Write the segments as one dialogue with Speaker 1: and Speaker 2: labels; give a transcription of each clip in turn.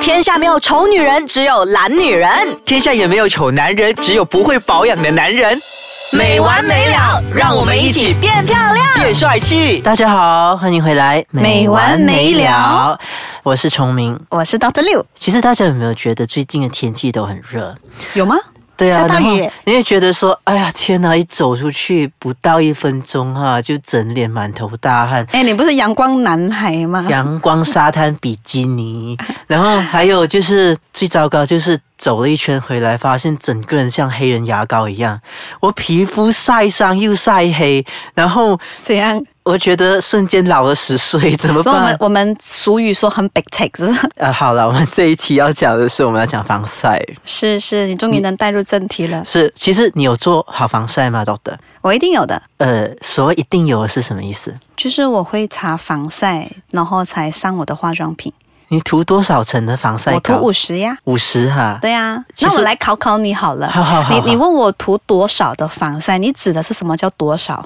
Speaker 1: 天下没有丑女人，只有懒女人。
Speaker 2: 天下也没有丑男人，只有不会保养的男人。
Speaker 1: 没完没了，让我们一起变漂亮。
Speaker 2: 变帅气！大家好，欢迎回来，
Speaker 1: 没完没了。
Speaker 2: 我是崇明。
Speaker 1: 我是 Doctor 六，
Speaker 2: 其实大家有没有觉得最近的天气都很热？
Speaker 1: 有吗？
Speaker 2: 对啊，
Speaker 1: 下大
Speaker 2: 然
Speaker 1: 雨
Speaker 2: 后
Speaker 1: 耶
Speaker 2: 你会觉得说，哎呀，天哪！一走出去不到一分钟哈、就整脸满头大汗，
Speaker 3: 哎，你不是阳光男孩吗？
Speaker 2: 阳光沙滩比基尼， 然后还有就是最糟糕就是走了一圈回来，发现整个人像黑人牙膏一样，我皮肤晒伤又晒黑，然后
Speaker 3: 怎样？
Speaker 2: 我觉得瞬间老了十岁，怎么
Speaker 3: 所以我们
Speaker 2: 办？
Speaker 3: 我们俗语说很 big take，
Speaker 2: 呃，好了，我们这一期要讲的是我们要讲防晒，
Speaker 3: 是是，你终于能带入正题了。
Speaker 2: 是其实你有做好防晒吗，豆豆？
Speaker 3: 我一定有的，
Speaker 2: 呃，所谓一定有是什么意思？
Speaker 3: 就是我会擦防晒，然后才上我的化妆品。
Speaker 2: 你涂多少层的防晒
Speaker 3: 我涂
Speaker 2: 膏？
Speaker 3: 五十呀。
Speaker 2: 五十哈。
Speaker 3: 对啊，
Speaker 2: 其实
Speaker 3: 那我来考考你好了。
Speaker 2: 好好好
Speaker 3: 你
Speaker 2: 好
Speaker 3: 你问我涂多少的防晒？你指的是什么叫多少？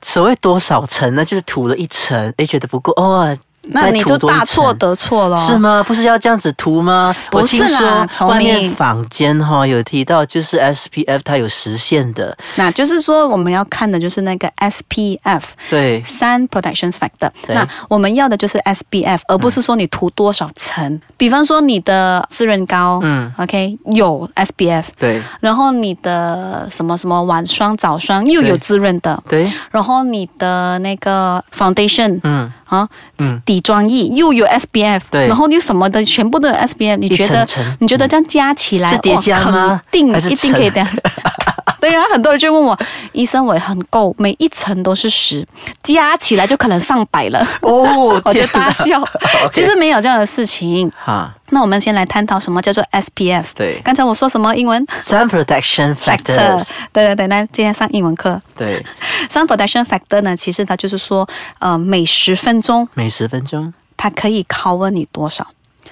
Speaker 2: 所谓多少层呢？就是涂了一层，诶，觉得不够哦，
Speaker 3: 那
Speaker 2: 再
Speaker 3: 你
Speaker 2: 涂
Speaker 3: 就
Speaker 2: 多一
Speaker 3: 大错
Speaker 2: 层
Speaker 3: 得错了。
Speaker 2: 是吗？不是要这样子涂吗？
Speaker 3: 不
Speaker 2: 我听
Speaker 3: 是啦
Speaker 2: 说
Speaker 3: 聪
Speaker 2: 外面
Speaker 3: 明
Speaker 2: 坊间哈、有提到，就是 SPF 它有时限的，
Speaker 3: 那就是说我们要看的就是那个 SPF。
Speaker 2: 对，
Speaker 3: 三 protection factor，
Speaker 2: 对
Speaker 3: 那我们要的就是 SPF，而不是说你涂多少层。比方说你的滋润膏，
Speaker 2: 嗯
Speaker 3: ，OK 有 SPF，
Speaker 2: 对
Speaker 3: 然后你的什么什么晚霜、早霜又有
Speaker 2: 对
Speaker 3: 滋润的，
Speaker 2: 对，
Speaker 3: 然后你的那个 foundation
Speaker 2: 嗯，
Speaker 3: 啊
Speaker 2: 嗯，
Speaker 3: 底妆液又有 SPF，
Speaker 2: 对
Speaker 3: 然后又什么的全部都有 SPF，你觉
Speaker 2: 一层
Speaker 3: 得
Speaker 2: 层
Speaker 3: 你觉得这样加起来
Speaker 2: 是叠加
Speaker 3: 哇
Speaker 2: 吗
Speaker 3: 肯定
Speaker 2: 还是
Speaker 3: 一定可以
Speaker 2: 层
Speaker 3: 的。 对啊，很多人就问我，医生我也很够，每一层都是十，加起来就可能上百 了，，
Speaker 2: 哦
Speaker 3: 我就
Speaker 2: 天
Speaker 3: 大
Speaker 2: 哪
Speaker 3: 笑
Speaker 2: OK。
Speaker 3: 其实没有这样的事情。
Speaker 2: 哈，
Speaker 3: 那我们先来探讨什么叫做 SPF。
Speaker 2: 对
Speaker 3: 刚才我说什么英文
Speaker 2: ，sun protection factors，
Speaker 3: 对对对，那今天上英文课
Speaker 2: 对，
Speaker 3: ，sun protection factor 呢，其实它就是说，呃，每十分钟
Speaker 2: 每十分钟
Speaker 3: 它可以 cover 你多少。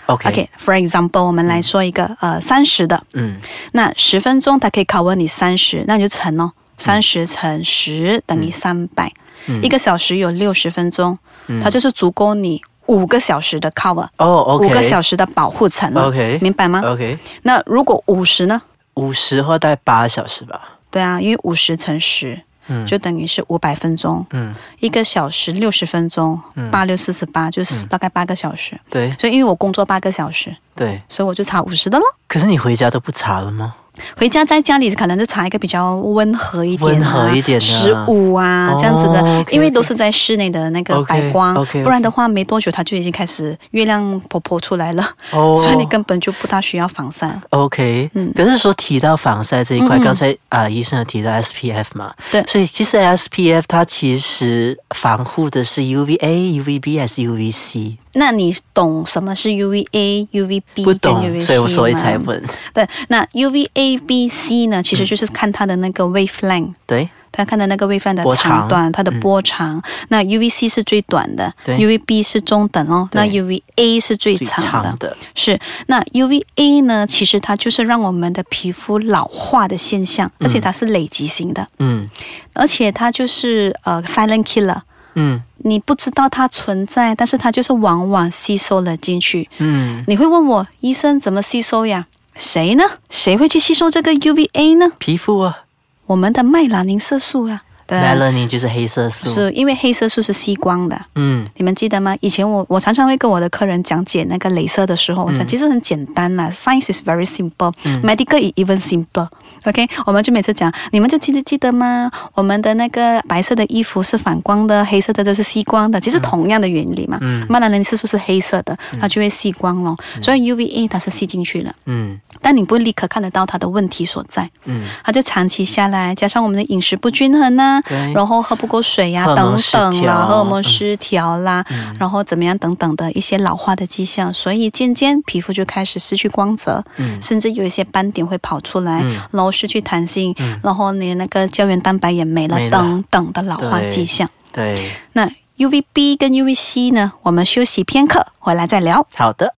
Speaker 2: ，OK，,
Speaker 3: OK，for、example，我们来说一个呃三十的，
Speaker 2: 嗯，
Speaker 3: 那十分钟它可以拷问你三十，那你就乘
Speaker 2: 嗯
Speaker 3: 哦，三十乘十等于三百、
Speaker 2: 嗯
Speaker 3: 一个小时有六十分钟，它就是足够你五个小时的 cover，
Speaker 2: 哦，OK，
Speaker 3: 五个小
Speaker 2: 时
Speaker 3: 时的保护层了
Speaker 2: OK 哦
Speaker 3: 明白吗
Speaker 2: ，OK，
Speaker 3: 那如果五十呢？
Speaker 2: 五十或大概八小时吧，
Speaker 3: 对啊，因为五十乘十。就等于是五百分钟，
Speaker 2: 嗯，
Speaker 3: 一个小时六十分钟，八六四十八，
Speaker 2: 嗯
Speaker 3: 就是大概八个小时。
Speaker 2: 对
Speaker 3: 所以因为我工作八个小时，
Speaker 2: 对，
Speaker 3: 所以我就查五十的咯。
Speaker 2: 可是你回家都不查了吗？
Speaker 3: 回家在家里可能就查一个比较温和一点、啊，
Speaker 2: 温和一点的
Speaker 3: 十五啊
Speaker 2: 哦
Speaker 3: 这样子的
Speaker 2: OK，OK
Speaker 3: 因为都是在室内的那个
Speaker 2: OK，
Speaker 3: 白光啊
Speaker 2: OK，OK
Speaker 3: 不然的话没多久它就已经开始月亮婆婆出来了
Speaker 2: 哦
Speaker 3: 所以你根本就不大需要防晒。
Speaker 2: OK，可是说提到防晒这一块，
Speaker 3: 嗯嗯
Speaker 2: 刚才啊、医生有提到 SPF 嘛，
Speaker 3: 对
Speaker 2: 所以其实 SPF 它其实防护的是 UVA、UVB 还是 UVC，
Speaker 3: 那你懂什么是 UVA、UVB
Speaker 2: 不
Speaker 3: 跟
Speaker 2: 懂，
Speaker 3: UVC
Speaker 2: 所以我所以才
Speaker 3: 吗。
Speaker 2: 问，
Speaker 3: 对，那 UVA、B、C 呢，
Speaker 2: 嗯
Speaker 3: 其实就是看它的那个 wavelength。
Speaker 2: 对
Speaker 3: 它看的那个 wavelength
Speaker 2: 波
Speaker 3: 的
Speaker 2: 长嗯
Speaker 3: 长短，它的波长，那 UVC 是最短的
Speaker 2: 对
Speaker 3: ，UVB 是中等哦，那
Speaker 2: 对
Speaker 3: UVA 是最
Speaker 2: 最
Speaker 3: 长的。
Speaker 2: 长的
Speaker 3: 是，那 UVA 呢，其实它就是让我们的皮肤老化的现象，而且它是累积型的，
Speaker 2: 嗯
Speaker 3: 而且它就是呃 silent killer。
Speaker 2: 嗯
Speaker 3: 你不知道它存在，但是它就是往往吸收了进去。
Speaker 2: 嗯，
Speaker 3: 你会问我，医生怎么吸收呀？谁呢？谁会去吸收这个 UVA 呢？
Speaker 2: 皮肤啊，
Speaker 3: 我们的麦兰宁色素啊，对啊
Speaker 2: melanin 就是黑色素，
Speaker 3: 是因为黑色素是吸光的。
Speaker 2: 嗯
Speaker 3: 你们记得吗？以前我我常常会跟我的客人讲解那个镭射的时候，我
Speaker 2: 嗯
Speaker 3: 讲其实很简单啦、s c i e n c e is very simple，medical、is even simple。OK，我们就每次讲，你们就记得记得吗？我们的那个白色的衣服是反光的，黑色的都是吸光的，其实同样的原理嘛。
Speaker 2: 嗯
Speaker 3: 曼兰人色素是黑色的，它就会吸光咯，所以 UVA 它是吸进去了，
Speaker 2: 嗯
Speaker 3: 但你不会立刻看得到它的问题所在。
Speaker 2: 嗯，
Speaker 3: 它就长期下来，加上我们的饮食不均衡呐、
Speaker 2: 对
Speaker 3: 然后喝不够水呀、
Speaker 2: 荷尔蒙
Speaker 3: 等啊
Speaker 2: 失
Speaker 3: 等
Speaker 2: 调嗯
Speaker 3: 啦，荷尔蒙失调啦，然后怎么样等等的一些老化的迹象，所以渐渐皮肤就开始失去光泽，
Speaker 2: 嗯
Speaker 3: 甚至有一些斑点会跑出来，
Speaker 2: 嗯
Speaker 3: 然后失去弹性，然后你那个胶原蛋白也没了，
Speaker 2: 没了
Speaker 3: 等等的老化
Speaker 2: 对
Speaker 3: 迹象。
Speaker 2: 对，
Speaker 3: 那 UVB 跟 UVC 呢？我们休息片刻，回来再聊。
Speaker 2: 好的。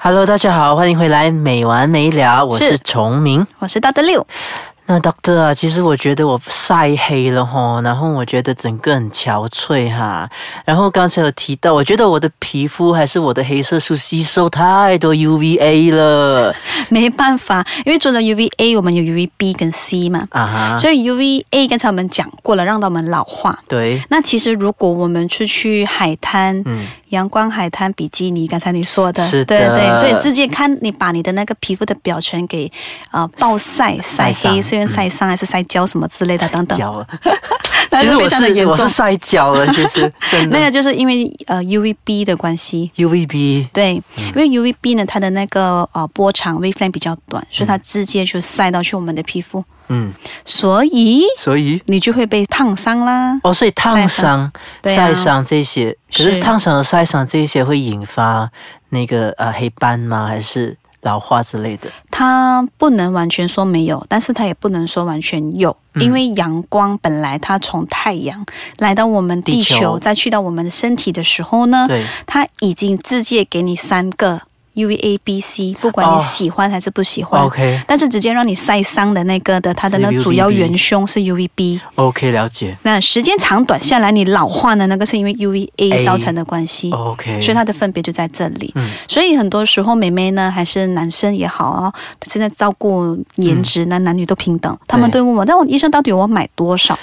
Speaker 2: Hello，大家好，欢迎回来，美完没了，我是
Speaker 3: 是
Speaker 2: 崇明。
Speaker 3: 我是大德六，
Speaker 2: 那 Doctor 啊，其实我觉得我晒黑了哈，然后我觉得整个很憔悴哈。然后刚才有提到，我觉得我的皮肤还是我的黑色素吸收太多 UVA 了
Speaker 3: 没办法，因为除了 UVA，我们有 UVB 跟 C 嘛，
Speaker 2: 啊哈。
Speaker 3: 所以 UVA 刚才我们讲过了，让到我们老化。
Speaker 2: 对，
Speaker 3: 那其实如果我们出去海滩，
Speaker 2: 嗯，
Speaker 3: 阳光海滩比基尼，刚才你说的，
Speaker 2: 是
Speaker 3: 对
Speaker 2: 的
Speaker 3: 对，所以直接看你把你的那个皮肤的表层给呃暴晒晒
Speaker 2: 晒伤
Speaker 3: 黑，
Speaker 2: 嗯
Speaker 3: 是因为晒伤还是晒焦什么之类的等等，
Speaker 2: 焦 了。
Speaker 3: 那
Speaker 2: 其
Speaker 3: 就
Speaker 2: 实
Speaker 3: 非
Speaker 2: 我
Speaker 3: 常的
Speaker 2: 是
Speaker 3: 严
Speaker 2: 我是
Speaker 3: 重。
Speaker 2: 晒焦了，其实真
Speaker 3: 那
Speaker 2: 的。
Speaker 3: 个就是因为呃 UVB 的关系，
Speaker 2: UVB
Speaker 3: 对，因为 UVB 呢，它的那个呃波长 wavelength 比较短，所以它直接就晒到去我们的皮肤，
Speaker 2: 嗯，
Speaker 3: 所以
Speaker 2: 所以
Speaker 3: 你就会被烫伤啦。
Speaker 2: 哦，所以烫伤、
Speaker 3: 对啊
Speaker 2: 晒伤这些，可是
Speaker 3: 是
Speaker 2: 烫伤和晒伤这些会引发那个呃黑斑吗？还是老化之类的？
Speaker 3: 它不能完全说没有，但是它也不能说完全有，
Speaker 2: 嗯
Speaker 3: 因为阳光本来它从太阳来到我们地球，
Speaker 2: 地球
Speaker 3: 再去到我们的身体的时候呢，
Speaker 2: 对，
Speaker 3: 它已经直接给你三个 UVA、B、C，不管你
Speaker 2: 哦
Speaker 3: 喜欢还是不喜欢。
Speaker 2: OK
Speaker 3: 但是直接让你晒伤的那个的，它的
Speaker 2: 是
Speaker 3: 那
Speaker 2: UVB
Speaker 3: 主要元凶是 UVB。
Speaker 2: OK，了解。
Speaker 3: 那时间长短下来，你老化的那个是因为
Speaker 2: A
Speaker 3: UVA 造成的关系。
Speaker 2: OK，
Speaker 3: 所以它的分别就在这里。
Speaker 2: 嗯
Speaker 3: 所以很多时候，妹妹呢，还是男生也好啊、现在照顾嗯颜值呢，男女都平等。他们都问我，那我医生到底我买多少？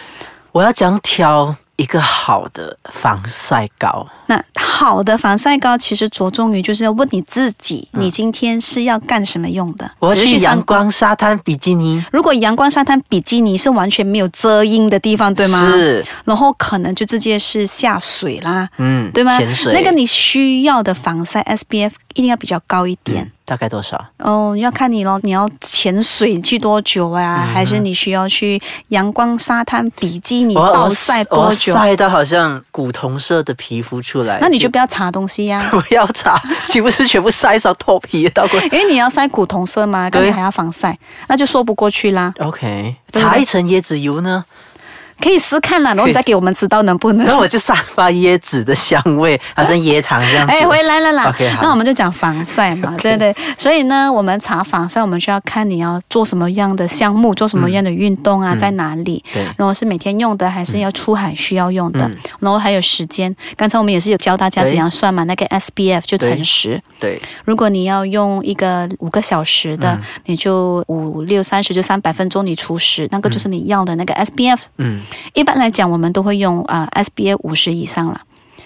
Speaker 2: 我要讲挑一个好的防晒膏。
Speaker 3: 那好的防晒膏其实着重于就是要问你自己，你今天是要干什么用的？
Speaker 2: 嗯我要
Speaker 3: 只是
Speaker 2: 去阳
Speaker 3: 上。
Speaker 2: 光沙滩比基尼，
Speaker 3: 如果阳光沙滩比基尼是完全没有遮阴的地方，对吗？。
Speaker 2: 是，
Speaker 3: 然后可能就直接是下水啦，
Speaker 2: 嗯，
Speaker 3: 对吗
Speaker 2: 潜？水
Speaker 3: 那个你需要的防晒 SPF 一定要比较高一点。
Speaker 2: 嗯大概多少？
Speaker 3: 哦，要看你咯，你要潜水去多久啊？
Speaker 2: 嗯
Speaker 3: 还是你需要去阳光沙滩比基尼
Speaker 2: 我要
Speaker 3: 暴晒
Speaker 2: 我要
Speaker 3: 多久？啊
Speaker 2: 晒到好像古铜色的皮肤出来。
Speaker 3: 那你就不要擦东西呀、
Speaker 2: 不要擦，岂不是全部晒上脱皮到过
Speaker 3: 因为你要晒古铜色嘛，跟你
Speaker 2: 对
Speaker 3: 还要防晒，那就说不过去啦。
Speaker 2: ？OK，
Speaker 3: 对不对
Speaker 2: 擦一层椰子油呢，
Speaker 3: 可以试看啦，然后你再给我们知道能不能
Speaker 2: 然。后我就散发椰子的香味，好像椰糖这样子。
Speaker 3: 哎，回来了啦
Speaker 2: OK，好
Speaker 3: 那我们就讲防晒嘛对对。所以呢，我们查防晒，我们就要看你要做什么样的项目，做什么样的运动啊，在哪里。
Speaker 2: 嗯对
Speaker 3: 然后是每天用的，还是要出海需要用的？
Speaker 2: 嗯
Speaker 3: 然后还有时间，刚才我们也是有教大家
Speaker 2: 对
Speaker 3: 怎样算嘛，那个 SPF 就
Speaker 2: 对
Speaker 3: 乘十。
Speaker 2: 对，
Speaker 3: 如果你要用一个五个小时
Speaker 2: 嗯
Speaker 3: 的，你就五六三十就三百分钟，你除十，那个就是你要的那个 SPF。
Speaker 2: 嗯，
Speaker 3: 一般来讲，我们都会用啊、SPF 五十以上啦。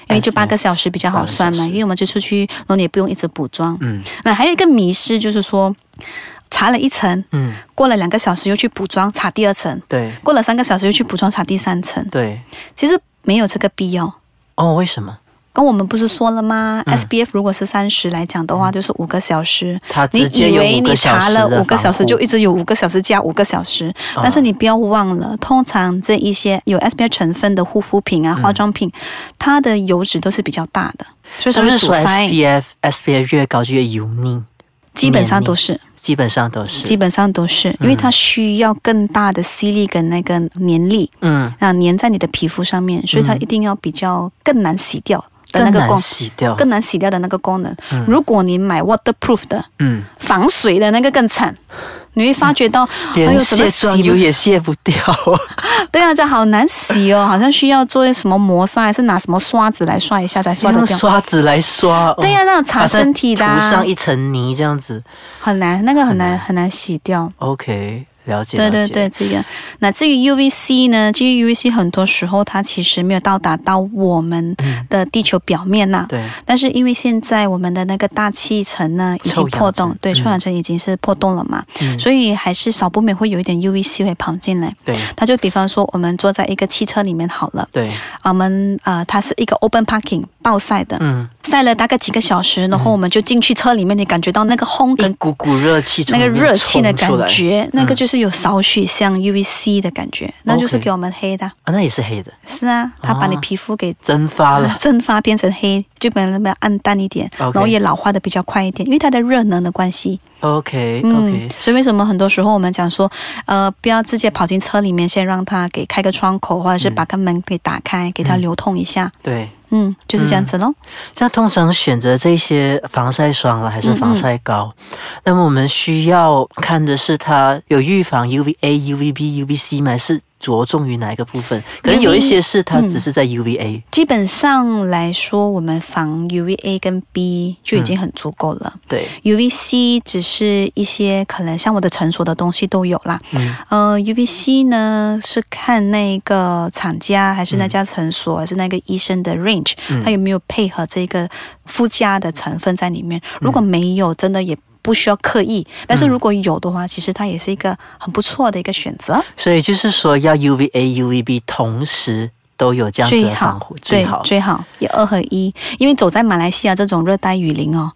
Speaker 3: 因为就
Speaker 2: SPF
Speaker 3: 八个小时比较好算
Speaker 2: 八个
Speaker 3: 嘛，
Speaker 2: 小时
Speaker 3: 因为我们就出去，然后你也不用一直补妆。
Speaker 2: 嗯，
Speaker 3: 那还有一个迷失就是说，擦了一层，
Speaker 2: 嗯，
Speaker 3: 过了两个小时又去补妆，擦第二层，
Speaker 2: 对
Speaker 3: 过了三个小时又去补妆，擦第三层。
Speaker 2: 对。
Speaker 3: 其实没有这个必要。
Speaker 2: 哦，为什么？
Speaker 3: 跟我们不是说了吗、s
Speaker 2: 嗯
Speaker 3: p f 如果是三十来讲的话，就是五个小时。
Speaker 2: 它
Speaker 3: 你
Speaker 2: 嗯直接
Speaker 3: 以
Speaker 2: 有
Speaker 3: 为
Speaker 2: 五
Speaker 3: 你
Speaker 2: 个小
Speaker 3: 查
Speaker 2: 时
Speaker 3: 了
Speaker 2: 的
Speaker 3: 五个小
Speaker 2: 防
Speaker 3: 时
Speaker 2: 护嗯
Speaker 3: 就一直有五个小时加五个小时，但是你不要忘了，通常这一些有 SPF 成分的护肤品啊、
Speaker 2: 嗯
Speaker 3: 化妆品，它的油脂都是比较大的，所以
Speaker 2: 是
Speaker 3: 它
Speaker 2: 不
Speaker 3: 会
Speaker 2: 是
Speaker 3: 阻
Speaker 2: 说
Speaker 3: 塞，
Speaker 2: SPF SPF 越高就越油腻？
Speaker 3: 基本上都是，
Speaker 2: 基本上都是。嗯
Speaker 3: 基本上都是，因为它需要更大的吸力跟那个粘力
Speaker 2: 嗯，
Speaker 3: 啊，粘在你的皮肤上面，所以它一定要比较更难洗掉的那
Speaker 2: 更
Speaker 3: 个
Speaker 2: 难
Speaker 3: 功，
Speaker 2: 洗掉。
Speaker 3: 更难洗掉的那个功能。如果你买 waterproof 的，
Speaker 2: 嗯，
Speaker 3: 防水的那个更惨，你会发觉到，哎
Speaker 2: 连
Speaker 3: 呦，怎么
Speaker 2: 卸
Speaker 3: 洗
Speaker 2: 妆 油
Speaker 3: 不？
Speaker 2: 也卸不掉。
Speaker 3: 对啊，这好难洗哦，好像需要做什么磨砂，还是拿什么刷子来刷一下才刷得
Speaker 2: 用
Speaker 3: 掉。
Speaker 2: 刷子来刷。
Speaker 3: 对呀、
Speaker 2: 哦
Speaker 3: 那种擦
Speaker 2: 把它
Speaker 3: 身体的、
Speaker 2: 涂
Speaker 3: 啊
Speaker 2: 上，一层泥这样子。
Speaker 3: 很难，那个很难很难洗掉。
Speaker 2: OK，了解。
Speaker 3: 对
Speaker 2: 了
Speaker 3: 对
Speaker 2: 解
Speaker 3: 对，，这个。那至于 UVC 呢？至于 UVC 很多时候它其实没有到达到我们
Speaker 2: 嗯
Speaker 3: 的地球表面呐、
Speaker 2: 对，
Speaker 3: 但是因为现在我们的那个大气层呢已经
Speaker 2: 臭氧
Speaker 3: 破洞
Speaker 2: 层，
Speaker 3: 对，
Speaker 2: 嗯
Speaker 3: 臭氧层已经是破洞了嘛，
Speaker 2: 嗯
Speaker 3: 所以还是少不免会有一点 UVC 会跑进来。
Speaker 2: 对
Speaker 3: 它就比方说，我们坐在一个汽车里面好了，
Speaker 2: 对，
Speaker 3: 我们呃，它是一个 open parking 暴晒的，
Speaker 2: 嗯，
Speaker 3: 晒了大概几个小时，然后我们就进去车里面，你感觉到那个烘
Speaker 2: 一
Speaker 3: 跟
Speaker 2: 股股热气从
Speaker 3: 那
Speaker 2: 里
Speaker 3: 个
Speaker 2: 面
Speaker 3: 热气的感
Speaker 2: 冲出来嗯
Speaker 3: 觉，那个就是有少许像 UVC 的感觉，那就是给我们黑的。
Speaker 2: 啊，那也是黑的，
Speaker 3: 是啊，它把你
Speaker 2: 哦
Speaker 3: 皮肤给
Speaker 2: 蒸发
Speaker 3: 呃
Speaker 2: 了。
Speaker 3: 蒸发变成黑，就变得那么暗淡一点
Speaker 2: 啊 OK
Speaker 3: 然后也老化的比较快一点，因为它的热能的关系。
Speaker 2: OK
Speaker 3: 嗯
Speaker 2: OK，
Speaker 3: 所以为什么很多时候我们讲说，呃，不要直接跑
Speaker 2: 嗯
Speaker 3: 进车里面，先让它给开个窗口，或者是把个门给打开，给它流通一下。
Speaker 2: 对，
Speaker 3: 嗯，就是这样子咯。
Speaker 2: 这样通常选择这些防晒霜了还
Speaker 3: 嗯
Speaker 2: 是防晒膏，那么我们需要看的是它有预防 UVA、UVB、UVC 吗？还是着重于哪一个部分？可能有一些是它只是在 UVA，
Speaker 3: 基本上来说，我们防 UVA 跟 B 就已经很足够了。
Speaker 2: 对，
Speaker 3: UVC 只是一些可能像我的成熟的东西都有啦。
Speaker 2: 嗯
Speaker 3: 呃，UVC 呢是看那个厂家还是那家诊所、
Speaker 2: 嗯
Speaker 3: 还是那个医生的 range，、他有没有配合这个附加的成分在里面。
Speaker 2: 嗯
Speaker 3: 如果没有，真的也。不需要刻意，但是如果有的话，其实它也是一个很不错的一个选择，
Speaker 2: 所以就是说要 UVA、UVB 同时都有这样子
Speaker 3: 最
Speaker 2: 的防
Speaker 3: 好
Speaker 2: 护，
Speaker 3: 对最好也二合一，因为走在马来西亚这种热带雨林哦，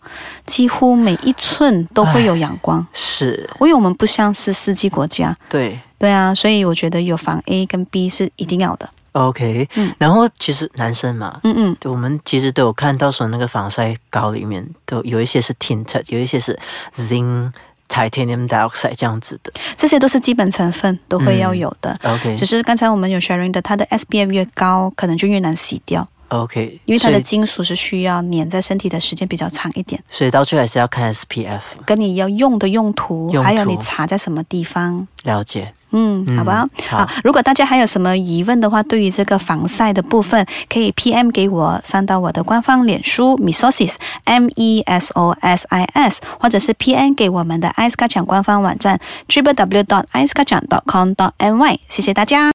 Speaker 3: 几乎每一寸都会有阳光。
Speaker 2: 是，
Speaker 3: 因为我们不像是四季国家，
Speaker 2: 对。
Speaker 3: 对啊，所以我觉得有防
Speaker 2: 嗯
Speaker 3: A 跟 B 是一定要的。
Speaker 2: OK，、
Speaker 3: 嗯
Speaker 2: 然后其实男生嘛，
Speaker 3: 嗯嗯，
Speaker 2: 我们其实都有看到说那个防晒膏里面都有一些是 tinted，有一些是 zinc titanium dioxide 这样子的。
Speaker 3: 这些都是基本成分都会要有的。
Speaker 2: OK
Speaker 3: 只是刚才我们有 sharing 的，它的 SPF 越高，可能就越难洗掉，
Speaker 2: OK，
Speaker 3: 因为它
Speaker 2: 所
Speaker 3: 的
Speaker 2: 以
Speaker 3: 金属是需要粘在身体的时间比较长一点，
Speaker 2: 所以到最后还是要看 SPF，
Speaker 3: 跟你要用的用途，
Speaker 2: 用途
Speaker 3: 还有你擦在什么地方。
Speaker 2: 了解。
Speaker 3: 嗯，
Speaker 2: 嗯
Speaker 3: 好吧。
Speaker 2: 好
Speaker 3: 啊，如果大家还有什么疑问的话，对于这个防晒的部分，可以 PM 给我，上到我的官方脸书 Mesosis M E S O S I S，或者是 PM 给我们的 Ice 卡 a 官方网站 triple w dot ice 卡 a 场 dot com dot my。谢谢大家。